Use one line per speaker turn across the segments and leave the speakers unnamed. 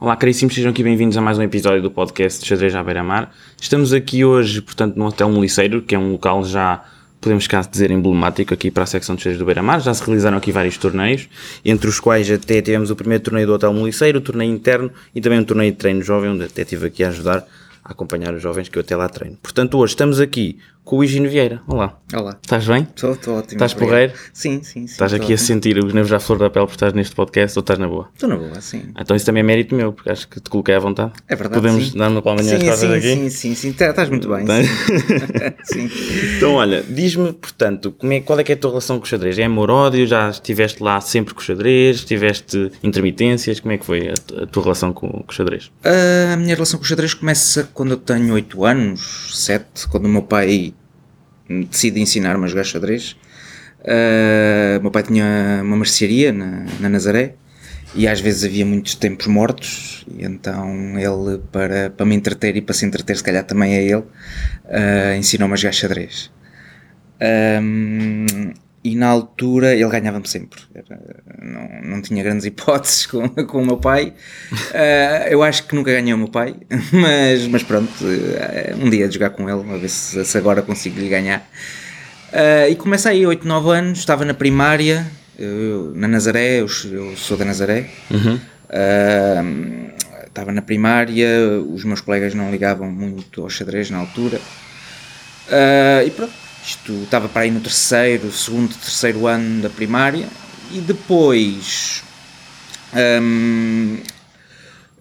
Olá, caríssimos, sejam aqui bem-vindos a mais um episódio do podcast de Xadrez à Beira-Mar. Estamos aqui hoje, portanto, no Hotel Moliceiro, que é um local já, podemos cá dizer, emblemático aqui para a secção de xadrez do Beira-Mar. Já se realizaram aqui vários torneios, entre os quais até tivemos o primeiro torneio do Hotel Moliceiro, o torneio interno e também um torneio de treino jovem, onde até estive aqui a ajudar a acompanhar os jovens que eu até lá treino. Portanto, hoje estamos aqui com o Higino Vieira. Olá,
Olá.
estás bem?
Estou ótimo.
Estás
obrigado.
porreiro?
Sim, sim, sim.
Estás
tô
aqui a
ótimo.
sentir os nervos à flor da pele por estás neste podcast ou estás na boa?
Estou na boa, sim.
Então isso também é mérito meu, porque acho que te coloquei à vontade.
É verdade,
Podemos
sim.
dar uma palminha às
sim,
costas
sim,
aqui?
sim, sim, sim. Tá- Estás muito bem.
Tá.
Sim. sim.
Então, olha, diz-me, portanto, como é, qual é que é a tua relação com o xadrez? É amor-ódio? Já estiveste lá sempre com o xadrez? Tiveste intermitências? Como é que foi a, tu- a tua relação com, com o xadrez?
Ah, A minha relação com o xadrez começa quando eu tenho 8 anos, 7, quando o meu pai hum, decide ensinar-me a jogar xadrez. Ah, O meu pai tinha uma mercearia na, na Nazaré e às vezes havia muitos tempos mortos, e então ele, para, para me entreter e para se entreter, se calhar também a ele, ah, ensinou-me a jogar xadrez. Ahm, e na altura ele ganhava-me sempre. Era- não, não tinha grandes hipóteses com, com o meu pai. Ah, eu acho que nunca ganhei o meu pai, mas, mas pronto, eh, um dia de jogar com ele, a ver se, se agora consigo lhe ganhar. Ah, e comecei aí, 8, 9 anos, estava na primária, eu- na Nazaré, eu, eu sou da Nazaré. Ah, estava na primária, os meus colegas não ligavam muito ao xadrez na altura. Ah, e pronto, isto estava para aí no terceiro, segundo, terceiro ano da primária. E depois ahm,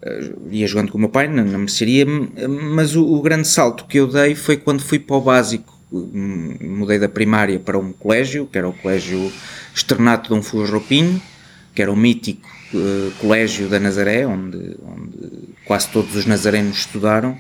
ah, ia jogando com o meu pai na, na mercearia, mas o, o grande salto que eu dei foi quando fui para o básico. Hum, Mudei da primária para um colégio, que era o Colégio Externato Dom Fuas Roupinho, que era o mítico eh, colégio da Nazaré, onde, onde quase todos os nazarenos estudaram.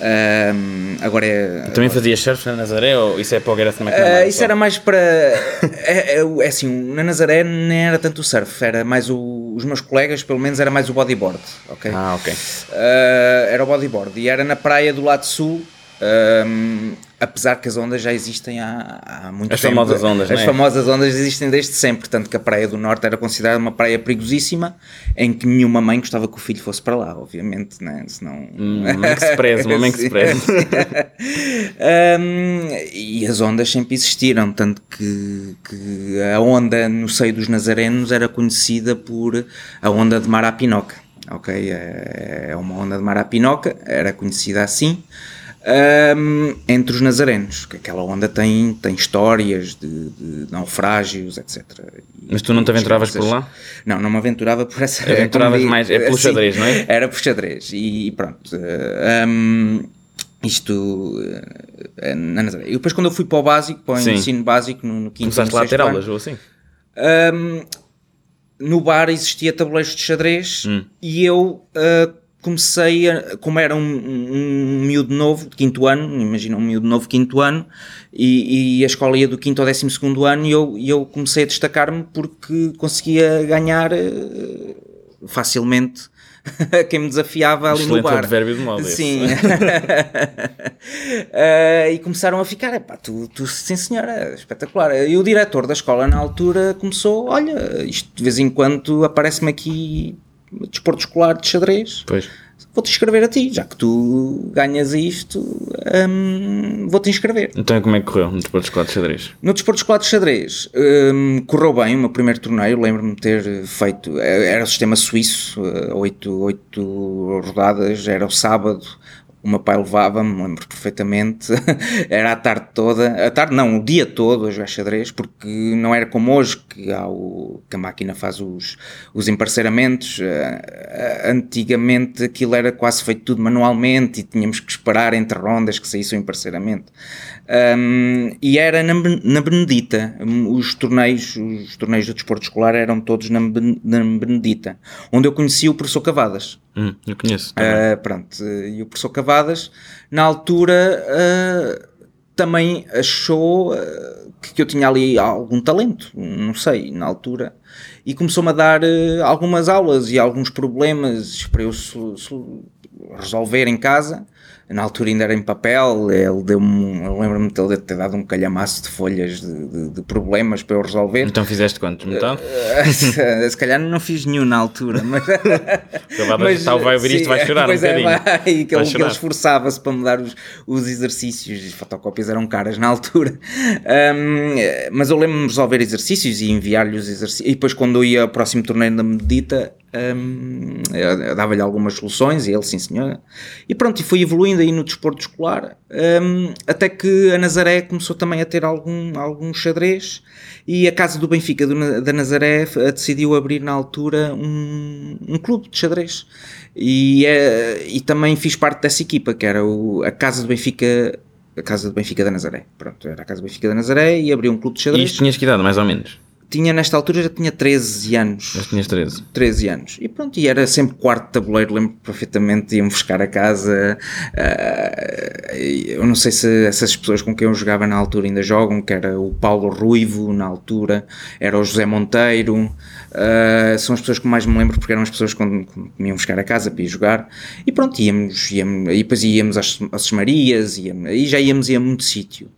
Ahm, agora é,
Também fazias surf na Nazaré ou isso é para o Gareth
ah,
McNamara?
isso era mais para. é, é, é assim, na Nazaré nem era tanto o surf, era mais o. Os meus colegas, pelo menos, era mais o bodyboard, ok?
Ah, ok.
Ah, era o bodyboard e era na praia do lado sul. ahm, apesar que as ondas já existem há, há muito
As
tempo.
famosas ondas,
As
não é?
famosas ondas existem desde sempre. Tanto que a Praia do Norte era considerada uma praia perigosíssima, em que nenhuma mãe gostava que o filho fosse para lá, obviamente, né? Senão.
Uma mãe que se preze, uma mãe que se preze.
Hum, e as ondas sempre existiram, tanto que, que a onda no seio dos nazarenos era conhecida por a onda de Marapinoca, ok? É é uma onda de Marapinoca, era conhecida assim, hum, entre os nazarenos, que aquela onda tem, tem histórias de, de naufrágios, etc. E-
Mas tu não te aventuravas por lá?
Não, não me aventurava por essa...
Aventuravas
como digo,
mais- é pelo xadrez, não é?
era por xadrez e, e pronto. eh, hum, isto. eh, na Nazaré. E depois, quando eu fui para o básico, para o
Sim.
ensino básico, no, no quinto e no
Começaste lá a ter
sexto
aulas
ano,
ou assim?
no bar existia tabuleiros de xadrez
Hum.
e eu eh, comecei, a- como era um, um, um miúdo novo, de quinto ano, imagina um miúdo novo, quinto ano, e, e a escola ia do quinto ao décimo segundo ano, e eu, e eu comecei a destacar-me porque conseguia ganhar eh, facilmente quem me desafiava ali no
Excelente
bar.
advérbio de modo esse.
Sim. Eh, e começaram a ficar, epá, tu, tu, sim senhora, espetacular. E o diretor da escola na altura começou, olha, isto de vez em quando aparece-me aqui desporto escolar de xadrez,
Pois.
vou-te inscrever a ti, já que tu ganhas isto, hum, vou-te inscrever.
Então como é que correu no desporto escolar de xadrez?
No desporto escolar de xadrez, hum, correu bem o meu primeiro torneio, lembro-me de ter eh, feito, eh, era o sistema suíço, eh, oito, oito rodadas, era o sábado, o meu pai levava-me, lembro perfeitamente, era a tarde toda, a tarde não, o dia todo a jogar xadrez, porque não era como hoje que, há o- que a máquina faz os, os emparceiramentos, eh, eh, antigamente aquilo era quase feito tudo manualmente e tínhamos que esperar entre rondas que saísse o emparceiramento. Um, e era na, Ben- na Benedita. Um, Os torneios, os torneios do desporto escolar eram todos na, Ben- na Benedita, onde eu conheci o professor Cavadas.
Hum, eu conheço.
Ah, pronto, eh, e o professor Cavadas, na altura, ah, também achou ah, que que eu tinha ali algum talento, não sei, na altura, e começou-me a dar eh, algumas aulas e alguns problemas para eu so- so- resolver em casa. Na altura ainda era em papel, ele deu-me, um, eu lembro-me de ele ter dado um calhamaço de folhas de, de- de problemas para eu resolver.
Então fizeste quanto? Metade?
Se calhar não fiz nenhum na altura, mas
Acabava de tal, vai ouvir isto,
sim,
vai chorar um
pois é,
bocadinho.
vai, e que
Vai
ele, que ele
chorar.
esforçava-se para mudar os, os exercícios, as fotocópias eram caras na altura. Ahm, eh, mas eu lembro-me de resolver exercícios e enviar-lhe os exercícios. E depois, quando eu ia ao próximo torneio da Medita, ahm, eu, eu dava-lhe algumas soluções e ele, sim senhor. E pronto, e fui evoluindo aí no desporto escolar, ahm, até que a Nazaré começou também a ter algum, algum xadrez. E a Casa do Benfica do Na- da Nazaré eh, decidiu abrir na altura um, um clube de xadrez. E, eh, e também fiz parte dessa equipa, que era o- a Casa do Benfica. A Casa do Benfica da Nazaré. Pronto, era a Casa do Benfica da Nazaré e abriu um clube de
E
xadrez.
isto tinhas que idade, mais ou menos?
Tinha, nesta altura, já tinha 13 anos.
Mas tinhas 13.
13 anos. E pronto, e era sempre quarto tabuleiro, lembro perfeitamente, iam buscar a casa. ah, e eu não sei se essas pessoas com quem eu jogava na altura ainda jogam, que era o Paulo Ruivo na altura, era o José Monteiro. ah, são as pessoas que mais me lembro porque eram as pessoas quando, quando me iam buscar a casa para ir jogar. E pronto, íamos, íamos e depois íamos às, às Marias, íamos, e já íamos ia a muito sítio.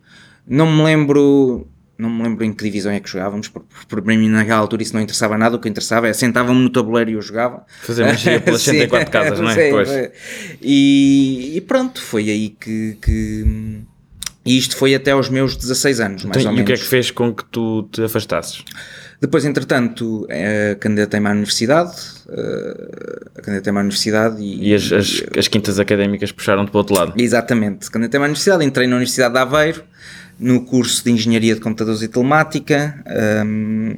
Não me lembro. Não me lembro em que divisão é que jogávamos, porque por mim naquela altura isso não interessava nada, o que interessava é sentavam-me no tabuleiro e eu jogava.
Fazer magia pelas
Sim,
64 casas, não é?
sim,
Pois.
foi. E, e pronto, foi aí que, que- E isto foi até aos meus 16 anos, mais
Então,
ou
e o
menos.
que é que fez com que tu te afastasses?
Depois, entretanto, eh, candidatei-me à universidade, eh, candidatei-me à universidade e...
E as, as, as quintas académicas puxaram-te para o outro lado?
Exatamente, candidatei-me à universidade, entrei na Universidade de Aveiro, no curso de Engenharia de Computadores e Telemática, hum,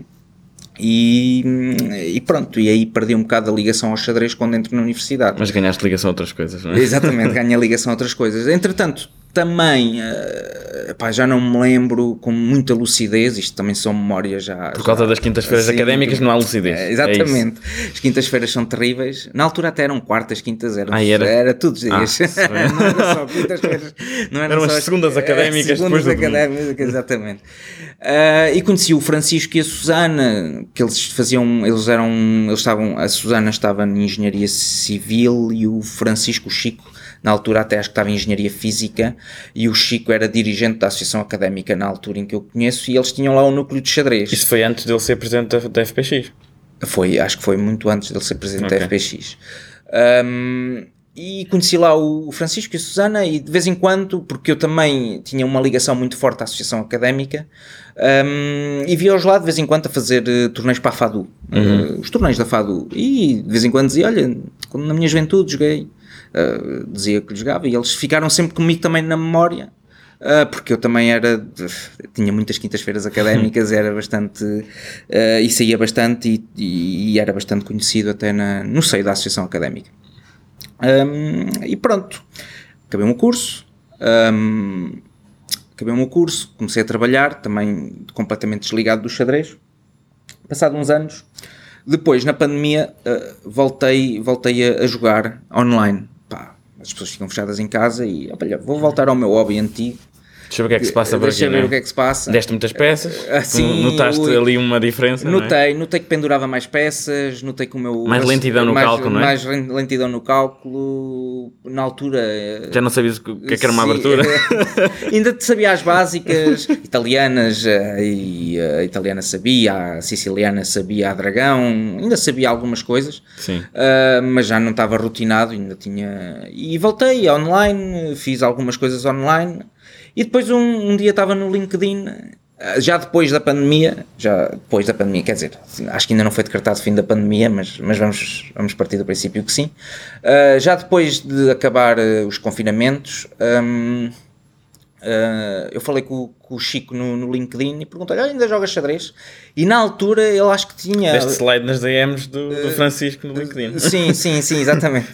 e, e pronto, e aí perdi um bocado a ligação ao xadrez quando entro na universidade.
Mas ganhaste ligação a outras coisas, não é?
Exatamente, ganha ligação a outras coisas. Entretanto, também, eh, pá, já não me lembro com muita lucidez, isto também são memórias já...
Por causa
já- assim,
das quintas-feiras
Sim,
académicas não há lucidez.
é,
É isso.
exatamente. As quintas-feiras são terríveis. Na altura até eram quartas, quintas, eram,
Ah,
era?
era?
todos os
Ah,
dias.
se bem.
não era só quintas-feiras. Não
Eram
só
as segundas
é,
académicas depois
segundas
do domingo.
académicas, exatamente. Ah, e conheci o Francisco e a Susana, que eles faziam, eles eram, eles estavam, a Susana estava em engenharia civil e o Francisco, o Chico, na altura até acho que estava em engenharia física e o Chico era dirigente da associação académica na altura em que eu conheço e eles tinham lá o núcleo de xadrez.
Isso foi antes dele ser presidente da, da FPX.
Foi, acho que foi muito antes dele ser presidente da
Ok.
FPX. Ahm, e conheci lá o Francisco e a Susana, e de vez em quando, porque eu também tinha uma ligação muito forte à associação académica, ahm, e via-os lá de vez em quando a fazer eh, torneios para a FADU, eh, os torneios da FADU. E de vez em quando dizia: Olha, quando na minha juventude joguei, eh, dizia que jogava, e eles ficaram sempre comigo também na memória. Ah, porque eu também era. eh, tinha muitas quintas-feiras académicas, era bastante. ah, e saía bastante e, e- e era bastante conhecido até na- no seio da associação académica. Ahm, e pronto, acabei o meu curso. ahm, acabei o meu curso, comecei a trabalhar, também completamente desligado do xadrez. Passado uns anos, depois na pandemia, ah, voltei, voltei a, a jogar online. Pá, as pessoas ficam fechadas em casa e, olha, vou voltar ao meu hobby antigo.
Deixa eu ver o que é que se passa por aqui,
Deixa eu
não
ver
é?
o que é que se passa.
Deste muitas peças,
Ah, sim,
notaste
o-
ali uma diferença, não é?
Notei, notei que pendurava mais peças, notei que o meu.
Mais lentidão no
mais-
cálculo, não é?
Mais len- lentidão no cálculo. Na altura. eh,
Já não sabias o que o que é que era uma
Sim,
abertura?
eh, ainda te sabia as básicas italianas, eh, e a italiana sabia, a siciliana sabia, a dragão, ainda sabia algumas coisas,
Sim.
eh, mas já não estava rotinado, ainda tinha. E voltei online, fiz algumas coisas online, e depois um, um dia estava no LinkedIn. eh, Já depois da pandemia, já depois da pandemia, quer dizer, acho que ainda não foi decretado o fim da pandemia, mas, mas vamos, vamos partir do princípio que sim. Eh, já depois de acabar eh, os confinamentos, hum, Uh, eu falei com, o- com o Chico no, no LinkedIn e perguntei-lhe: "Olha, ainda jogas xadrez? E na altura ele acho que tinha.
Deste slide nas DMs do,
Eh,
do Francisco no LinkedIn.
Sim, sim, sim, exatamente.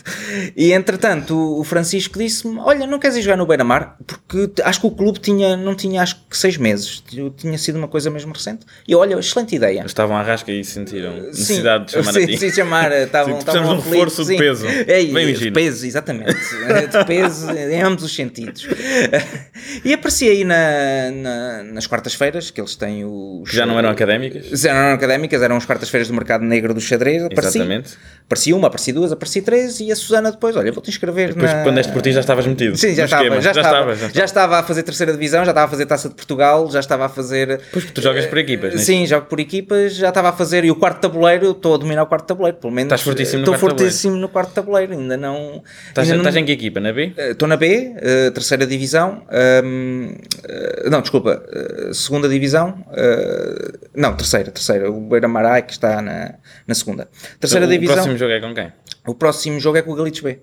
E entretanto o, o Francisco disse-me: Olha, não queres ir jogar no Beira-Mar? Porque te- acho que o clube tinha, não tinha acho que seis meses, Tinha- tinha sido uma coisa mesmo recente. E eu, olha, excelente ideia.
Eles estavam à rasca e sentiram
Sim,
necessidade de chamar
sim,
a ti.
Sim, chamar. eh, Estavam,
Sim,
estavam
precisamos de um
aflitos,
reforço de
sim.
peso.
É,
Bem,
de
imagino.
peso, É, exatamente. De peso em ambos os sentidos. E apareci aí na, na- nas quartas-feiras, que eles têm os.
Que já não eram académicas.
Já não eram académicas, eram as quartas-feiras do mercado negro do xadrez. Apareci,
Exatamente.
apareci uma, apareci duas, apareci três e a Susana depois, olha, vou-te inscrever
Depois,
na...
quando deste por ti, já estavas metido.
Sim, já
no
estava,
esquema.
já, estava,
estavas, já
já estava a fazer terceira divisão, já estava a fazer Taça de Portugal, já estava a fazer...
Pois, porque tu jogas por equipas, não é?
Sim, jogo por equipas, já estava a fazer... E o quarto tabuleiro, estou a dominar o quarto tabuleiro, pelo menos...
Estás fortíssimo no
estou
quarto
fortíssimo no quarto tabuleiro, ainda não...
Estás,
ainda não-
estás em que equipa? é, Na B?
eh, Estou na B, eh, terceira divisão, ahm, eh, não, desculpa, eh, segunda divisão, eh, não, terceira, terceira, o Beira Marai que está na, na segunda. Terceira
o
divisão,
próximo jogo é com quem?
o próximo jogo é com o Galitos B.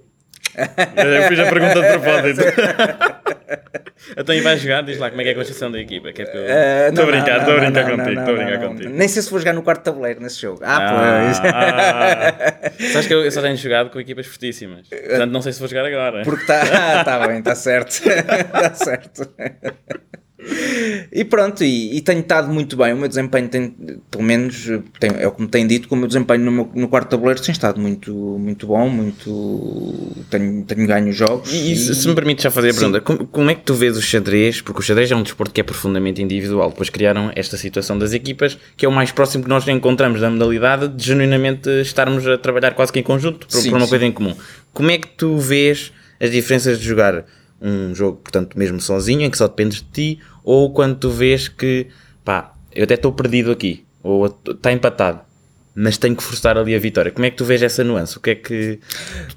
Eu fiz a pergunta de propósito. então, e vais jogar? Diz lá como é que é a construção da equipa. que é para eu-
Eh,
Estou a
não,
brincar,
não,
estou a
não,
brincar
não,
contigo.
não,
Estou a
não,
brincar
não.
contigo.
Nem sei se vou jogar no quarto tabuleiro nesse jogo. Ah, pois.
Ah, ah. Sabes que eu, eu só tenho jogado com equipas fortíssimas.
Eh,
Portanto, não sei se vou jogar agora.
Porque está tá bem, está certo. Está certo. E pronto, e, e tenho estado muito bem. O meu desempenho tem, pelo menos, tem, é o que me têm dito, que o meu desempenho no, meu- no quarto tabuleiro tem estado muito, muito bom, muito. Tenho, tenho ganho jogos.
E se, se me permites já fazer a pergunta, como, como é que tu vês o xadrez? Porque o xadrez é um desporto que é profundamente individual. Depois criaram esta situação das equipas, que é o mais próximo que nós encontramos da modalidade de genuinamente estarmos a trabalhar quase que em conjunto por,
Sim,
por uma
sim.
coisa em comum. Como é que tu vês as diferenças de jogar um jogo, portanto, mesmo sozinho, em que só dependes de ti, ou quando tu vês que, pá, eu até estou perdido aqui, ou está empatado. Mas tenho que forçar ali a vitória. Como é que tu vês essa nuance? O que é que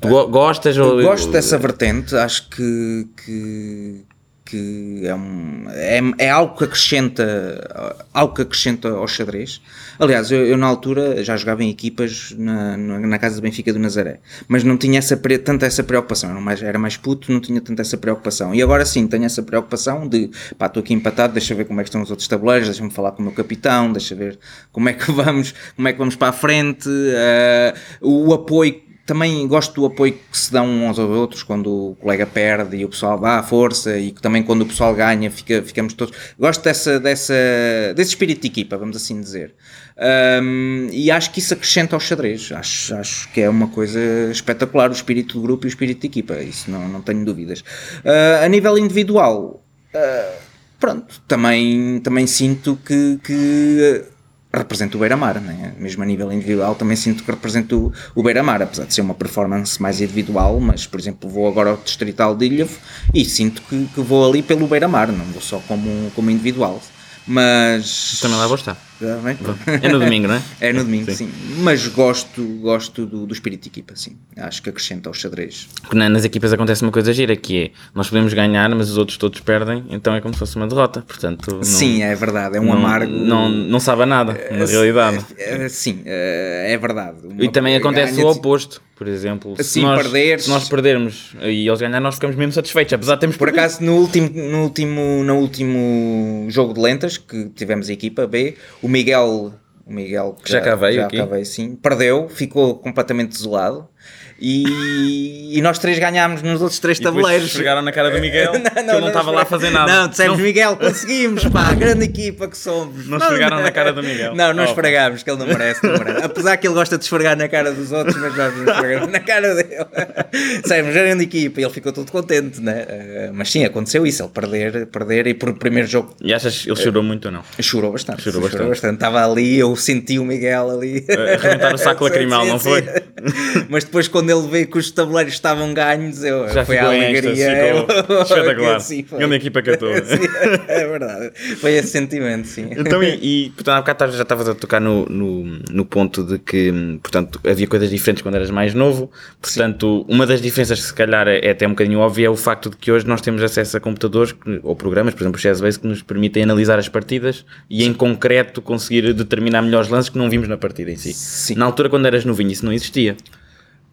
tu go- gostas?
Eu
ou
gosto dessa vertente, acho que, que, que é, um- é, é algo que acrescenta algo que acrescenta ao xadrez. Aliás, eu, eu na altura já jogava em equipas na, na, na casa do Benfica do Nazaré, mas não tinha essa, pre- tanta essa preocupação, era mais, era mais puto, não tinha tanta essa preocupação. E agora sim, tenho essa preocupação de pá, estou aqui empatado, deixa eu ver como é que estão os outros tabuleiros, deixa-me falar com o meu capitão, deixa eu ver como é que vamos, como é que vamos para a frente, eh, o apoio também gosto do apoio que se dão uns aos outros quando o colega perde e o pessoal dá a força e que também quando o pessoal ganha fica, ficamos todos. Gosto dessa, dessa, desse espírito de equipa, vamos assim dizer. Ahm, e acho que isso acrescenta ao xadrez. Acho, acho que é uma coisa espetacular o espírito de grupo e o espírito de equipa. Isso não, não tenho dúvidas. Ah, a nível individual, ah, pronto, também, também sinto que. que eh, represento o Beira-Mar, né? mesmo a nível individual também sinto que represento o Beira-Mar, apesar de ser uma performance mais individual, mas por exemplo vou agora ao Distrital de Ilhavo e sinto que, que vou ali pelo Beira-Mar, não vou só como, como individual, mas...
Também lá vou estar.
Está bem?
É no domingo, não é?
É no domingo, sim. Mas gosto, gosto do, do espírito de equipa, sim. Acho que acrescenta ao xadrez.
Porque na- nas equipas acontece uma coisa gira que é nós podemos ganhar, mas os outros todos perdem, então é como se fosse uma derrota. Portanto, não,
sim, é verdade, é um
não,
amargo.
Não, não sabe a nada, na realidade.
É, sim, é é verdade.
E também acontece o
Ganha-se-
oposto, por exemplo.
Assim, perderes-
se nós perdermos e eles ganharem, nós ficamos mesmo satisfeitos, apesar de termos
Por acaso, no último, no último, no último jogo de lentas que tivemos a equipa B, o Miguel, o Miguel que
Já cá veio
já
aqui.
cá veio, sim, perdeu, ficou completamente desolado e, e nós três ganhámos nos outros três
E depois
tabuleiros.
chegaram na cara do Miguel, que ele não estava lá a fazer nada.
Não, dissemos, Miguel, conseguimos, pá, grande equipa que somos.
Não esfregaram na cara do Miguel.
Não, não
Oh, pá.
esfregámos, que ele não merece, não merece. Apesar que ele gosta de esfregar na cara dos outros, mas nós não esfregamos na cara dele. Saímos grande equipa e ele ficou todo contente, né? Eh, Mas sim, aconteceu isso, ele perder, perder e por primeiro jogo
E achas que ele chorou muito ou não?
chorou bastante.
Chorou bastante.
Estava ali, eu senti o Miguel ali.
arrebentar o saco lacrimal, não foi?
Mas depois quando ele veio que os tabuleiros estavam ganhos, eu,
Já
foi a
ficou em
alegria.
êxtase, ficou
eu-
espetacular.
Sim, foi.
Grande equipa que eu estou.
Sim,
né?
é verdade. Foi esse sentimento, sim.
Então, e, e, portanto, há bocado tavas- já estavas a tocar no, no, no ponto de que, hum, portanto, havia coisas diferentes quando eras mais novo. Portanto, uma das diferenças que se calhar é é até um bocadinho óbvia é o facto de que hoje nós temos acesso a computadores que- ou programas, por exemplo, o Chessbase, que nos permitem analisar as partidas e, em concreto, conseguir determinar melhores lances que não vimos na partida em si.
Sim.
Na altura, quando eras novinho, isso não existia.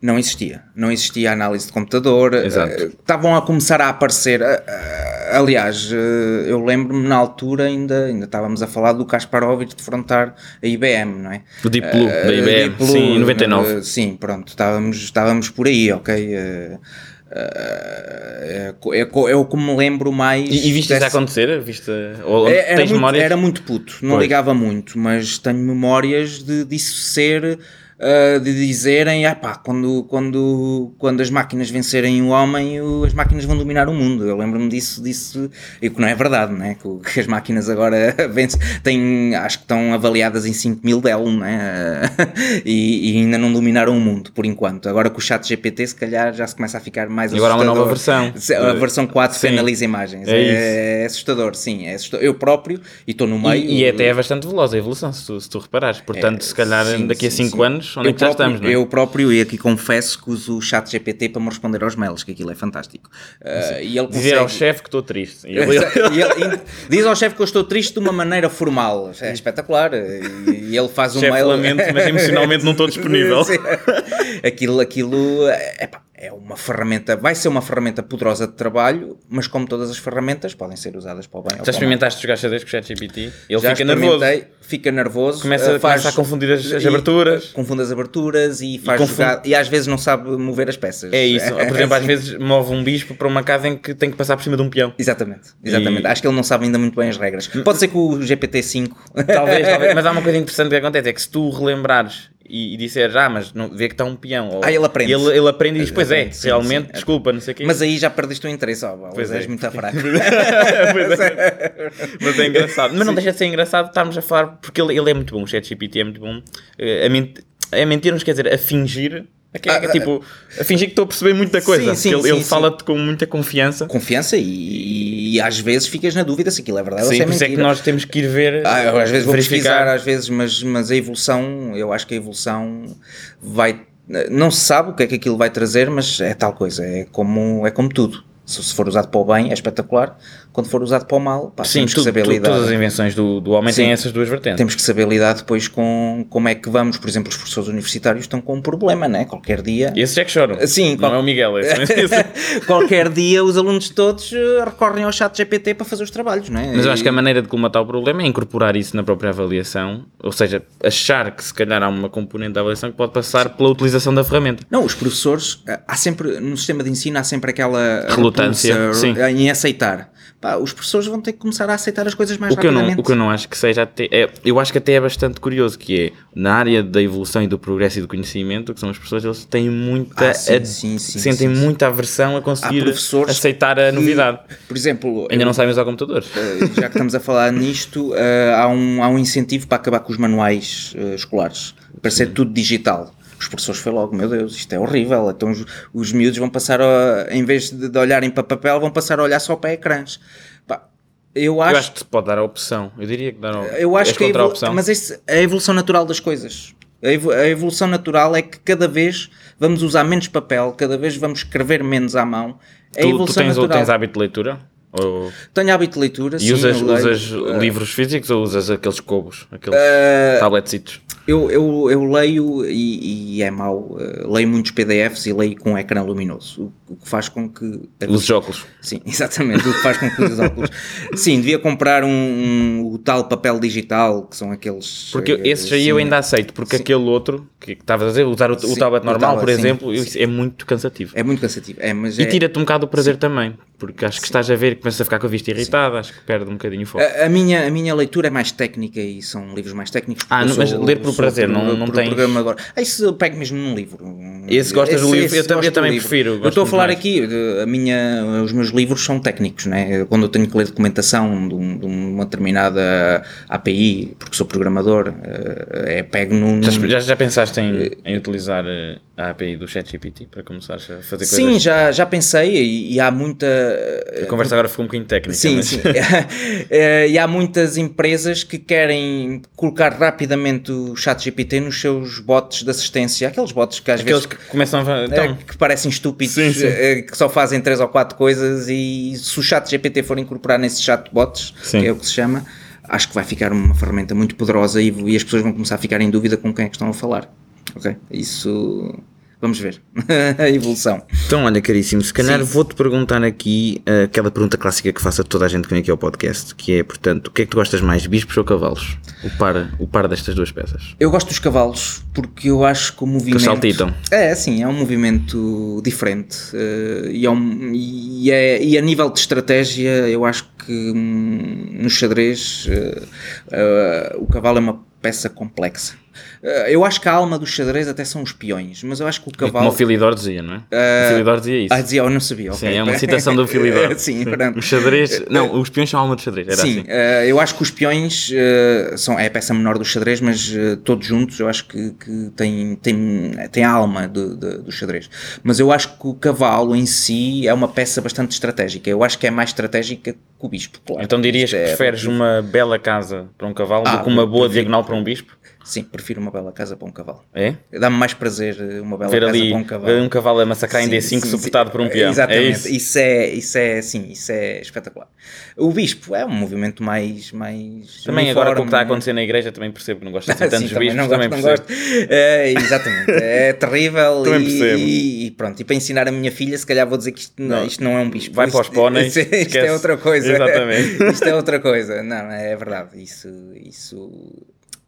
Não existia. Não existia análise de computador.
Exato.
Eh, Estavam a começar a aparecer. eh, eh, Aliás, eh, eu lembro-me na altura ainda, ainda estávamos a falar do Kasparovich defrontar a IBM, não é?
O Deep Blue,
Eh,
da IBM,
Deep Blue,
sim, em 99.
eh, sim, pronto, estávamos, estávamos por aí, ok? Eh, eh, é co- é co- eu como me lembro mais.
E, e viste
dessa-
isso acontecer? Viste, ou
é- era,
tens
muito,
memórias?
era muito puto, não
Pois.
ligava muito, mas tenho memórias de disso ser ah, de dizerem, ah pá, quando, quando, quando as máquinas vencerem o homem, o- as máquinas vão dominar o mundo. Eu lembro-me disso, disso, e o que não é verdade, né? Que, o- que as máquinas agora vencem, têm, acho que estão avaliadas em 5 mil del, né? e, e ainda não dominaram o mundo, por enquanto. Agora com o chat GPT, se calhar já se começa a ficar mais
E agora há uma nova
assustador.
versão.
Se- A versão 4
Sim.
que analisa imagens.
É
É,
isso.
é assustador, sim. É assustador. Eu próprio, e estou no meio. É,
E, e até é bastante veloz a evolução, se tu, se tu reparares. Portanto, se calhar
Sim,
daqui a
sim,
5
sim.
anos, onde
eu
é que já
próprio,
estamos, não é?
Eu próprio, e aqui confesso que uso o chat GPT para me responder aos mails, que aquilo é fantástico. Uh, e ele
Dizer ao
consegue-
chefe que estou triste. E ele-
E ele ainda diz ao chefe que eu estou triste de uma maneira formal. É espetacular. E ele faz um
Chefe,
mail.
lamento, mas emocionalmente não estou disponível.
Sim. aquilo, aquilo é, epá, é uma ferramenta, vai ser uma ferramenta poderosa de trabalho, mas como todas as ferramentas, podem ser usadas para o bem.
Já
ou para o mal.
experimentaste jogar xadrez com o ChatGPT? Ele
Já
fica nervoso.
experimentei, Fica nervoso.
Começa-
eh, faz-
começa a confundir as- as
e-
aberturas.
Confunde as aberturas e faz
confunde-
jogada- e às vezes não sabe mover as peças.
É isso. Por exemplo, às vezes move um bispo para uma casa em que tem que passar por cima de um peão.
Exatamente, exatamente.
E-
Acho que ele não sabe ainda muito bem as regras. Pode ser que o GPT-5
Talvez, talvez. Mas há uma coisa interessante que acontece: é que se tu relembrares e, e disseres, ah, mas não, vê que está um peão. Ou,
Ah, ele aprende.
Ele, ele aprende e diz, pois é,
Aprende, sim,
realmente,
sim.
desculpa, não sei o quê.
Mas aí já perdeste o interesse, ó, Paulo,
Pois
és
é.
muito fraco.
Pois é. Mas é engraçado. Mas não deixa de ser engraçado estarmos a falar, porque ele, ele é muito bom, o ChatGPT é muito bom. eh, A, ment a mentir-nos, quer dizer, a fingir. a que- a- tipo, a fingir que estou a perceber muita coisa.
Ah, Sim, sim,
porque ele ele
sim, sim.
fala-te com muita confiança.
Confiança e, e às vezes ficas na dúvida se aquilo é verdade ou se
Sim,
é
por isso é
mentira.
que nós temos que ir ver.
Ah, eu às vezes vou pesquisar,
verificar.
às vezes, mas, mas a evolução, eu acho que a evolução vai. Não se sabe o que é que aquilo vai trazer, mas é tal coisa, é como, é como tudo. Se, se for usado para o bem, é espetacular. Quando for usado para o mal, pá,
Sim,
temos
tu-
que saber
tu-
lidar.
todas as invenções do, do homem
Sim.
têm essas duas vertentes.
Temos que saber lidar depois com como é que vamos. Por exemplo, os professores universitários estão com um problema, né? Qualquer dia.
Esses é que choram.
Sim,
não
qual-
é o Miguel. Esse,
Qualquer dia os alunos todos eh, recorrem ao chat GPT para fazer os trabalhos, não é?
Mas eu acho que a
E-
maneira de colmatar o problema é incorporar isso na própria avaliação, ou seja, achar que se calhar há uma componente da avaliação que pode passar pela utilização da ferramenta.
Não, os professores, eh, há sempre, no sistema de ensino, há sempre aquela
Relutância,
repulsa eh,
sim.
em aceitar. Pá, os professores vão ter que começar a aceitar as coisas mais
O que, eu não,
rapidamente.
o que eu não acho que seja até. É, eu acho que até é bastante curioso que é na área da evolução e do progresso e do conhecimento, que são as pessoas, eles têm muita.
Ah, sim,
é a-
sim, sim,
sentem
sim, sim.
muita aversão a
Há
conseguir
professores
aceitar a
que,
novidade.
Por exemplo,
Ainda não sabem usar computadores.
eh, já que estamos a falar nisto, eh, há, um, há um incentivo para acabar com os manuais eh, escolares, para ser tudo digital. Os professores foi logo, meu Deus, isto é horrível. Então os, os miúdos vão passar, a, em vez de, de olharem para papel, vão passar a olhar só para ecrãs. Pá, eu
Eu
acho
acho que se pode dar a opção. Eu diria que dar a
Eu acho
és
que a,
É contra
evolu-
opção.
mas é esse- a evolução natural das coisas. A evo- a evolução natural é que cada vez vamos usar menos papel, cada vez vamos escrever menos à mão. É A
tu, tu
evolução
tens, ou
natural.
tens hábito de leitura? Ou-
Tenho hábito de leitura,
E
sim,
usas,
eu leio. É.
usas livros físicos ou usas aqueles cubos? Aqueles tabletecitos?
Eu, eu, eu leio e, e é mau, eh, leio muitos PDFs e leio com um ecrã luminoso, o, o que faz com que a
Uses óculos?
Sim, exatamente, o que faz com que uses óculos. Sim, devia comprar um, um- o tal papel digital, que são aqueles...
Porque
eh,
esses aí eu
sim,
ainda aceito, porque
Sim.
aquele outro que que estavas a dizer, usar o, o
Sim,
tablet
o
normal,
tablet,
por
sim,
exemplo,
sim.
isso é muito cansativo.
É muito cansativo, é, mas
E
é-
tira-te um bocado o prazer também, porque acho que estás a ver, começas a ficar com a vista irritada, acho que perde um bocadinho o foco.
A, a minha, a minha leitura é mais técnica e são livros mais técnicos. porque
Ah,
eu
não, mas ler por
sou
prazer,
pro-
não- não
pro-
tens-
programador. Ah, isso eu pego mesmo num livro.
Esse gostas do livro? Eu tam- eu
gosto do
também prefiro,
Eu
gosto
estou a
muito
falar
mais.
aqui, de- a minha, os meus livros são técnicos, né? Quando eu tenho que ler documentação de, um- de uma determinada API, porque sou programador, eh, é, pego num.
Já, já, já pensaste
é.
em, em utilizar eh, a API do ChatGPT para começares a fazer coisas?
Sim, já, já pensei e, e há muita.
A conversa agora ficou um bocadinho técnica.
Sim,
mas-
sim. Eh, e há muitas empresas que querem colocar rapidamente o chat GPT nos seus bots de assistência, aqueles bots que às
Aqueles
vezes
que começam
É.
a.
eh,
Então,
que parecem estúpidos,
Sim, sim.
eh, que só fazem três ou quatro coisas e se o chat GPT for incorporar nesses chatbots,
Sim.
que é o que se chama, acho que vai ficar uma ferramenta muito poderosa e, e as pessoas vão começar a ficar em dúvida com quem é que estão a falar. Ok? Isso... Vamos ver. a evolução.
Então, olha, caríssimo, se calhar vou-te perguntar aqui ah, aquela pergunta clássica que faço a toda a gente que vem aqui ao podcast, que é, portanto, o que é que tu gostas mais, bispos ou cavalos? O par, o par destas duas peças.
Eu gosto dos cavalos porque eu acho que o movimento.
saltitam.
É, sim, é um movimento diferente eh, e, é um- e é- e a nível de estratégia eu acho que hum, no xadrez eh, eh, o cavalo é uma peça complexa. Eh, Eu acho que a alma dos xadrez até são os peões, mas eu acho que o
Como
cavalo.
o Filidor dizia, não é? O Filidor dizia isso.
Ah, dizia, eu não sabia.
Sim,
ok.
é uma citação do Filidor.
Sim, pronto.
Os xadrez. Não, os peões são a alma do xadrez. Era
eh, Sim,
assim.
eh, eu acho que os peões eh, são, é a peça menor do xadrez, mas eh, todos juntos eu acho que, que tem, tem, tem a alma do, do- do xadrez. Mas eu acho que o cavalo em si é uma peça bastante estratégica. Eu acho que é mais estratégica que o bispo. claro.
Então dirias que
Isto é-
preferes uma bela casa para um cavalo
Ah,
do que uma boa
prefiro.
diagonal para um bispo?
Sim, prefiro uma bela casa para um cavalo.
É?
Dá-me mais prazer eh, uma bela
Ver
casa
ali
para um cavalo.
um cavalo a massacrar
Sim,
em D5
sim,
suportado
sim.
por um peão.
Exatamente.
É
isso.
isso.
é, isso é, sim, isso é espetacular. O bispo é um movimento mais, mais
Também agora com o que está a
uniforme,
acontecer na igreja também percebo que não gosto assim
Sim,
tantos
também
bispos,
não
também
gosto, não
percebo.
gosto. É, exatamente, é terrível
Também
e-
percebo.
e, e pronto, e para ensinar a minha filha, se calhar vou dizer que isto não, isto não é um bispo.
Vai
isto,
para os póneis,
Isto, isto é
esquece.
outra coisa.
Exatamente.
isto é outra coisa. Não, é verdade. Isso, isso.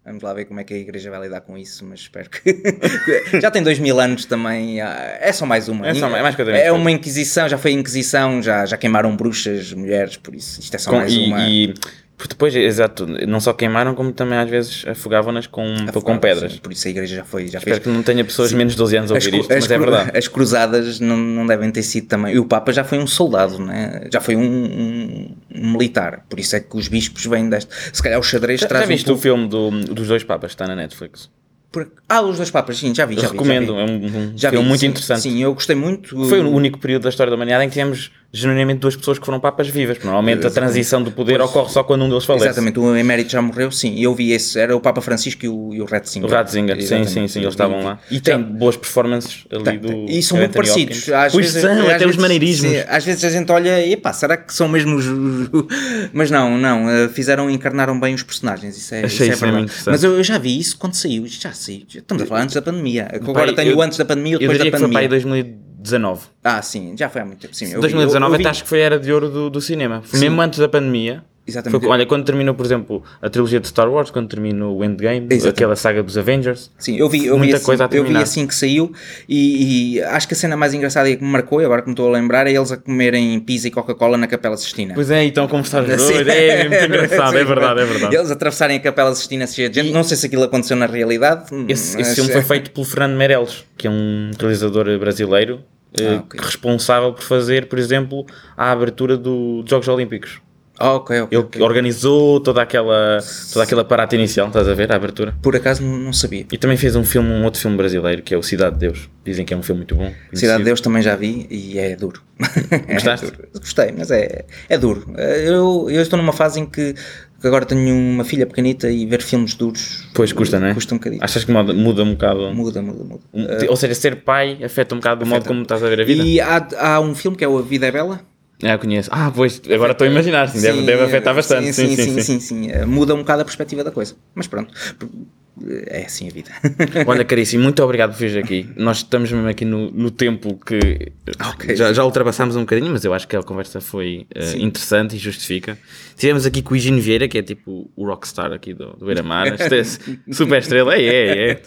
Vamos lá ver como é que a igreja vai lidar com isso, mas espero que. já tem dois mil anos também. ah, É só mais uma.
É só mais- é mais que eu também
É
percebo.
uma Inquisição, já foi a Inquisição, já, já queimaram bruxas, mulheres, por isso. Isto é só
Com-
mais
e,
uma.
e- porque depois, exato, não só queimaram, como também às vezes afogavam-nas com, com
Afogado,
pedras.
sim, Por isso a igreja já foi. Já
Espero
fez.
que não tenha pessoas de menos de 12 anos a ouvir
cru-
isto, mas é
cru-
verdade.
as cruzadas não, não devem ter sido também. E o Papa já foi um soldado, né? já foi um, um- um militar. Por isso é que os bispos vêm deste. Se calhar o xadrez
Já, já
traz. um
viste o
pouco-
filme do- dos dois papas que está na Netflix?
por- Ah, os dois Papas, sim, já vi. Já vi,
Recomendo,
já vi.
é um, um
Já vi,
filme muito
sim,
interessante.
Sim, eu gostei muito.
Foi o único período da história da humanidade em que tivemos genuinamente duas pessoas que foram papas vivas. porque Normalmente a transição do poder ocorre só quando um deles falece.
Exatamente, o Emérito já morreu, sim. Eu vi esse, era o Papa Francisco e o, e o
O
Ratzinger.
Ratzinger, sim,
Exatamente.
sim, sim, eles estavam lá. E tem boas performances ali
Tá,
Tem,
do.
tem. E são muito
Anthony
parecidos.
Hopkins.
Às
pois
vezes, às
são, até os
vezes-
maneirismos.
sim, é. às vezes a gente olha e pá, será que são mesmo os. os- Mas não, não. eh, Fizeram, encarnaram bem os personagens. Isso é,
Achei
isso é
isso mesmo
verdade.
interessante.
Mas eu, eu já vi isso quando saiu. isto Já saiu. Já Estamos a falar antes da pandemia. Agora
Pai,
tenho
eu-
antes da pandemia e
Eu
depois
diria
da
que foi para aí
pandemia.
2019.
Ah, sim, já foi há muito tempo. Sim, eu vi- eu- eu
2019
vi-
até acho que foi a era de ouro do, do cinema. Foi mesmo antes da pandemia.
Exatamente.
Foi- olha, quando terminou, por exemplo, a trilogia de Star Wars, quando terminou o Endgame,
Exatamente.
aquela saga dos Avengers.
Sim, eu vi, eu vi,
Muita
assim,
coisa a
eu vi
terminar.
assim que saiu e, e acho que a cena mais engraçada e que me marcou, e agora que me estou a lembrar, é eles a comerem pizza e Coca-Cola na Capela Sistina.
Pois é, então como estás
Sim.
doido? É muito engraçado, é
Sim,
verdade, é
pronto.
verdade.
Eles atravessarem a Capela Sistina cheia de gente. Não sei se aquilo aconteceu na realidade.
Esse,
mas-
Hum, esse é. filme foi feito pelo Fernando Meirelles, que é um realizador brasileiro eh,
Ah, ok.
responsável por fazer, por exemplo, a abertura do, dos Jogos Olímpicos.
Ah, ok, ok.
Ele
ok.
que organizou toda aquela, toda aquela parata inicial, estás a ver? A abertura.
Por acaso não não sabia.
E também fez um filme, um outro filme brasileiro, que é o Cidade de Deus. Dizem que é um filme muito bom. conhecido.
Cidade de Deus também já vi e é duro.
Gostaste?
É duro. Gostei, mas é, é duro. Eu, eu estou numa fase em que, que agora tenho uma filha pequenita e ver filmes duros
Pois custa, não é?
Custa um bocadinho.
Achas que muda, muda um bocado?
Muda, muda, muda.
Um- Ou seja, ser pai afeta um bocado o modo como estás a ver a vida?
E há, há um filme que é o A Vida é Bela.
É, eu conheço. Ah, pois, agora estou a imaginar, sim, deve, deve afetar bastante. Sim, sim, sim.
sim, sim. Eh, Muda um bocado a perspectiva da coisa. Mas pronto, é assim a vida.
Olha, caríssimo, muito obrigado por vir aqui. Nós estamos mesmo aqui no, no tempo que
Ok.
já, já ultrapassámos um bocadinho, mas eu acho que a conversa foi eh, interessante e justifica. Tivemos aqui com o Higino Vieira, que é tipo o rockstar aqui do, do Beira-Mar. Este é super estrela, é, é, é.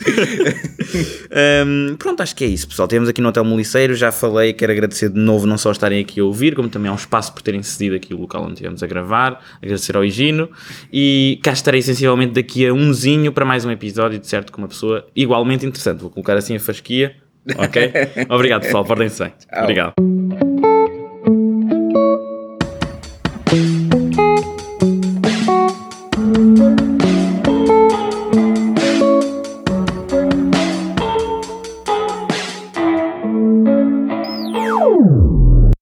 Hum, pronto, acho que é isso, pessoal. Tivemos aqui no Hotel Moliceiro, já falei, quero agradecer de novo não só estarem aqui a ouvir, como também ao espaço por terem cedido aqui o local onde estivemos a gravar, agradecer ao Higino e cá estarei sensivelmente daqui a umzinho para mais um episódio, de certo, com uma pessoa igualmente interessante. Vou colocar assim a fasquia, ok? Obrigado, pessoal, portem-se bem. Obrigado.